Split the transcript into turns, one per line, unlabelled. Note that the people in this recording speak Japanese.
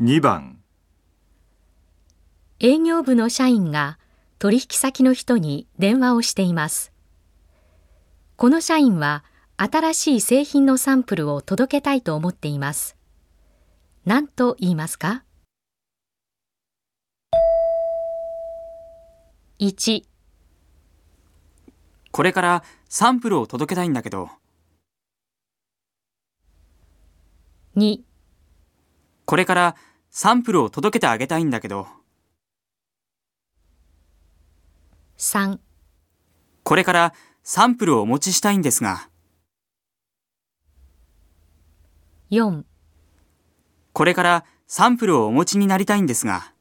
2番
営業部の社員が取引先の人に電話をしています。この社員は新しい製品のサンプルを届けたいと思っています。何と言いますか ?1、
これからサンプルを届けたいんだけど、
2、
これからサンプルを届けてあげたいんだけど、
3、
これからサンプルをお持ちしたいんですが、
4
これからサンプルをお持ちになりたいんですが。